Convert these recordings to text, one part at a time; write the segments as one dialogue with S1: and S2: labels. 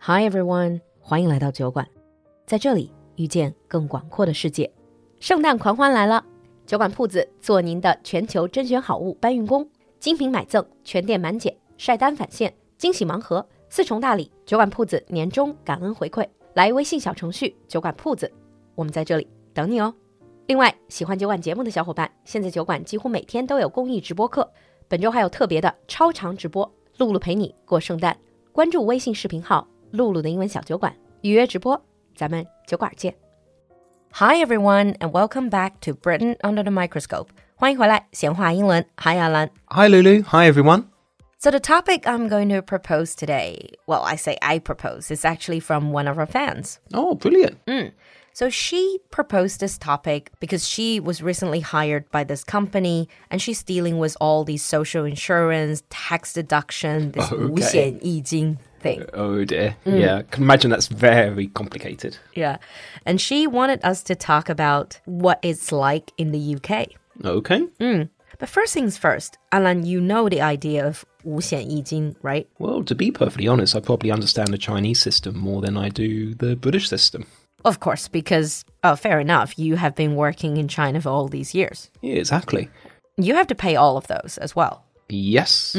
S1: Hi everyone，欢迎来到酒馆，在这里遇见更广阔的世界。圣诞狂欢来了，酒馆铺子做您的全球甄选好物搬运工，精品买赠，全店满减，晒单返现，惊喜盲盒，四重大礼。酒馆铺子年终感恩回馈，来微信小程序“酒馆铺子”，我们在这里等你哦。另外，喜欢酒馆节目的小伙伴，现在酒馆几乎每天都有公益直播课，本周还有特别的超长直播，露露陪你过圣诞。关注微信视频号“露露的英文小酒馆”，预约直播，咱们酒馆见。Hi everyone and welcome back to Britain under the microscope。欢迎回来，闲话英伦，嗨阿兰。
S2: Hi, Lulu. Hi, everyone.
S1: So the topic I'm going to propose today, well, I say I propose, is actually from one of our fans.
S2: Oh, brilliant.
S1: So she proposed this topic because she was recently hired by this company and she's dealing with all these social insurance, tax deduction, this
S2: Okay.
S1: 五险一金 thing.
S2: Oh, dear. Yeah, I can imagine that's very complicated.
S1: Yeah. And she wanted us to talk about what it's like in the UK.
S2: Okay.
S1: But first things first, Alan, you know the idea of 五险一金, right?
S2: Well, to be perfectly honest, I probably understand the Chinese system more than I do the British system.
S1: Of course, because, oh, fair enough, you have been working in China for all these years.
S2: Yeah, exactly.
S1: You have to pay all of those as well.
S2: Yes.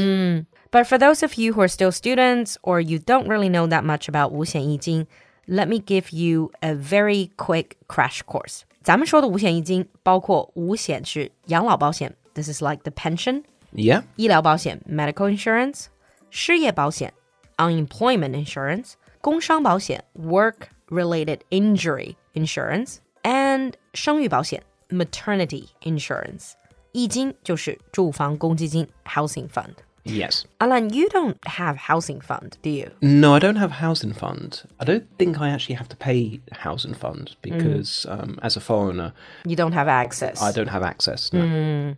S1: But for those of you who are still students or you don't really know that much about 五险一金, let me give you a very quick crash course. 咱们说的五险一金包括五险是养老保险，this is like the pension,
S2: Yeah.
S1: 医疗保险 （medical insurance）、失业保险 （unemployment insurance）、工伤保险 （work related injury insurance） and 生育保险 （maternity insurance）。一金就是住房公积金 （housing fund）。
S2: Yes.
S1: Alan, you don't have housing fund, do you?
S2: No, I don't have housing fund. I don't think I actually have to pay housing fund because um, as a foreigner,
S1: You don't have access.
S2: I don't have access. No.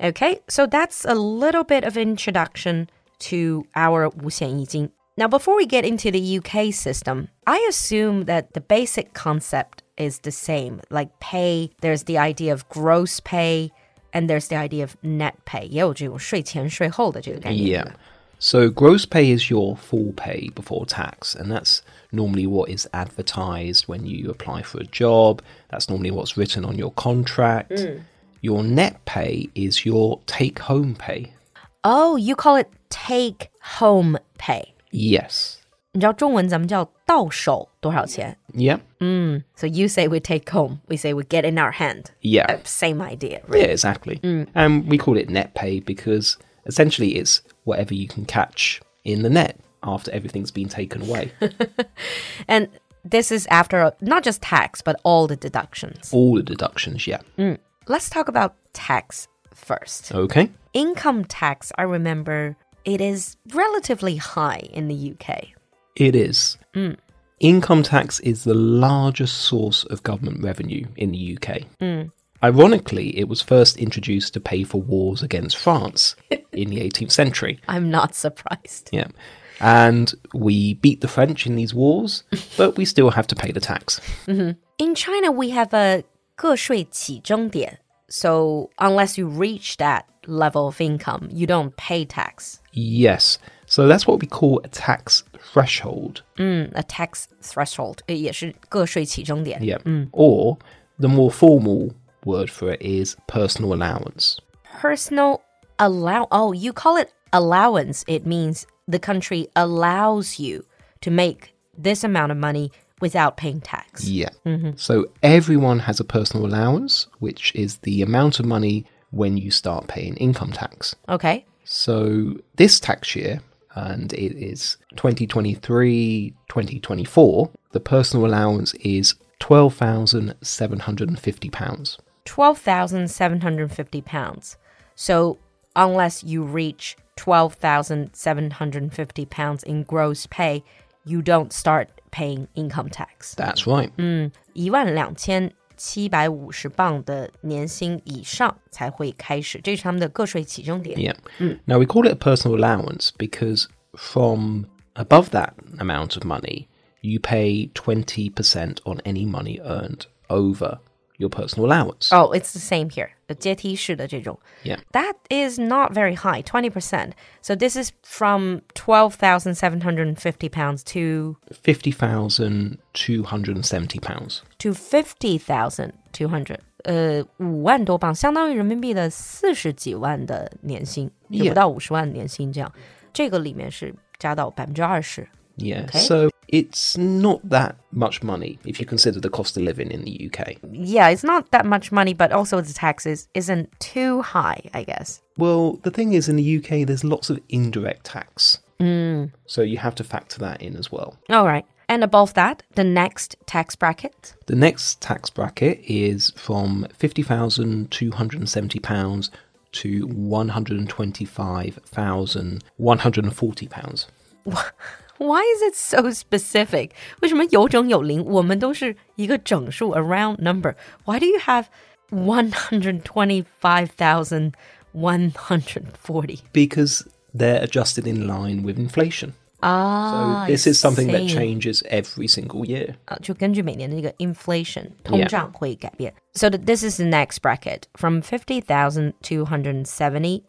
S1: Okay, so that's a little bit of introduction to our 五险一金. Now, before we get into the UK system, I assume that the basic concept is the same. Like pay, there's the idea of gross pay, and there's the idea of net pay. 也有这种税前税后的这个概念。
S2: Yeah. So gross pay is your full pay before tax, and that's normally what is advertised when you apply for a job. That's normally what's written on your contract. Your net pay is your take home pay.
S1: Oh, you call it take home pay.
S2: Yes.
S1: 你知道中文咱们叫到手多少钱?
S2: Yeah.
S1: So you say we take home, we say we get in our hand.
S2: Yeah.
S1: Same idea, right?
S2: Yeah, exactly. And we call it net pay because essentially it's whatever you can catch in the net after everything's been taken away.
S1: And this is after not just tax, but all the deductions.
S2: All the deductions, yeah.
S1: Let's talk about tax first.
S2: Okay.
S1: Income tax, I remember it is relatively high in the UK.
S2: It is. Income tax is the largest source of government revenue in the UK. Ironically, it was first introduced to pay for wars against France in the 18th century.
S1: I'm not surprised.
S2: Yeah. And we beat the French in these wars, but we still have to pay the tax.
S1: In China, we have a 个税起征点. So unless you reach that level of income, you don't pay tax.
S2: Yes. So that's what we call a tax threshold.
S1: Mm, a tax threshold Eh, 也是个税起征点.
S2: Yeah. Or the more formal word for it is personal allowance.
S1: personal allow oh you call it allowance it means the country allows you to make this amount of money without paying tax
S2: Yeah. So everyone has a personal allowance, which is the amount of money when you start paying income tax.
S1: okay
S2: So this tax year, and it is 2023 2024, the personal allowance is £12,750.
S1: 12750 pounds so unless you reach 12750 pounds in gross pay you don't start paying income tax
S2: That's right.
S1: 12750磅的年薪以上才会开始，这是他们的个税起征点。
S2: Yeah. Now we call it a personal allowance because from above that amount of money, you pay 20% on any money earned over your personal allowance.
S1: Oh, it's the same here. 阶梯式的这种。
S2: Yeah.
S1: That is not very high, 20%. So this is from 12,750 pounds to
S2: Fifty thousand two hundred and seventy pounds.
S1: to 50,200. 呃，五万多镑，相当于人民币的四十几万的年薪，也
S2: Yeah.
S1: 不到五十万的年薪这样。这个里面是加到百分之二十。
S2: Yeah.
S1: Okay.
S2: So it's not that much money if you consider the cost of living in the UK.
S1: Yeah, it's not that much money, but also the taxes isn't too high, I guess.
S2: Well, the thing is, in the UK, there's lots of indirect tax. So you have to factor that in as well.
S1: All right. And above that, the next tax bracket.
S2: The next tax bracket is from £50,270 to £125,140.
S1: Why is it so specific? 为什么有整有零？我们都是一个整数 a round number. Why do you have 125,140?
S2: because they're adjusted in line with inflation. So
S1: Ah,
S2: this is something
S1: I
S2: that
S1: see.
S2: changes every single year.
S1: 啊，就根据每年的这个 inflation
S2: Yeah.
S1: 通胀会改变。So th- this is the next bracket from fifty thousand two hundred seventy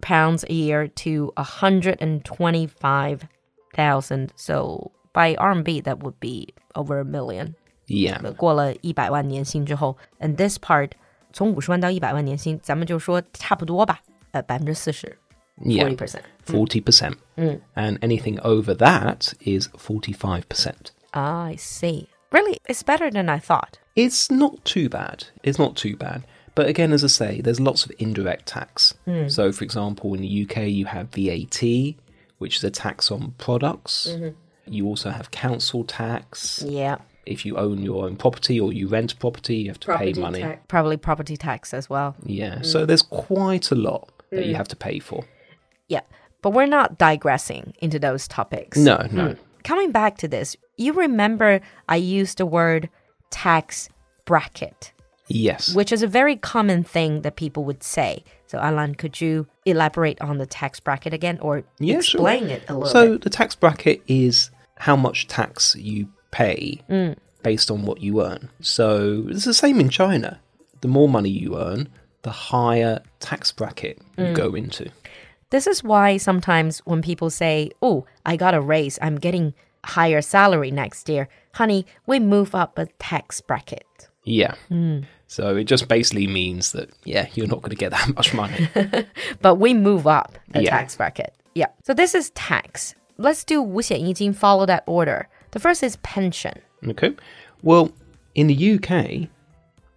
S1: pounds a year to hundred and twenty five thousand. So by RMB that would be over a million.
S2: Yeah.
S1: 过了一百万年薪之后，and this part 从五十万到一百万年薪，咱们就说差不多吧，呃，百分之四十
S2: Yeah.
S1: forty percent. Hmm.
S2: 40%. And anything over that is 45%.
S1: I see. Really, it's better than I thought.
S2: It's not too bad. It's not too bad. But again, as I say, there's lots of indirect tax.
S1: Hmm.
S2: So, for example, in the UK, you have VAT, which is a tax on products.
S1: Mm-hmm.
S2: You also have council tax.
S1: Yeah.
S2: If you own your own property or you rent property, you have to pay money.
S1: Probably property tax as well.
S2: Yeah,
S1: Hmm.
S2: so there's quite a lot that you have to pay for.
S1: Yeah. But we're not digressing into those topics.
S2: No, no.
S1: hmm. Coming back to this, you remember I used the word tax bracket,
S2: Yes.
S1: which is a very common thing that people would say. So, Alan, could you elaborate on the tax bracket again or
S2: Yeah, sure.
S1: explain it a little
S2: So
S1: bit?
S2: the tax bracket is how much tax you pay based on what you earn. So it's the same in China. The more money you earn, the higher tax bracket you go into.
S1: This is why sometimes when people say, Oh, I got a raise, I'm getting higher salary next year, honey, we move up a tax bracket.
S2: Yeah. So it just basically means that, yeah, you're not going to get that much money.
S1: but we move up the
S2: Yeah.
S1: tax bracket. Yeah. So this is tax. Let's do 五险一金, follow that order. The first is pension.
S2: okay. Well, in the UK,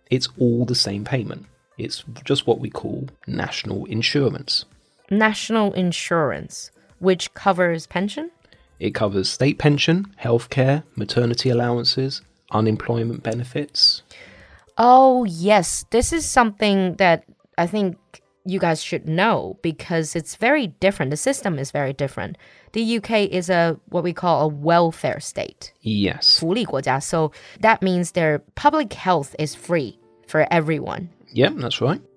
S2: it's all the same payment. It's just what we call national insurance.
S1: National insurance, which covers pension.
S2: It covers state pension, healthcare, maternity allowances, unemployment benefits.
S1: Oh, yes. This is something that I think you guys should know because it's very different. The system is very different. The UK is a what we call a welfare state.
S2: Yes.
S1: 福利国家. So that means their public health is free for everyone.
S2: Yep, that's right.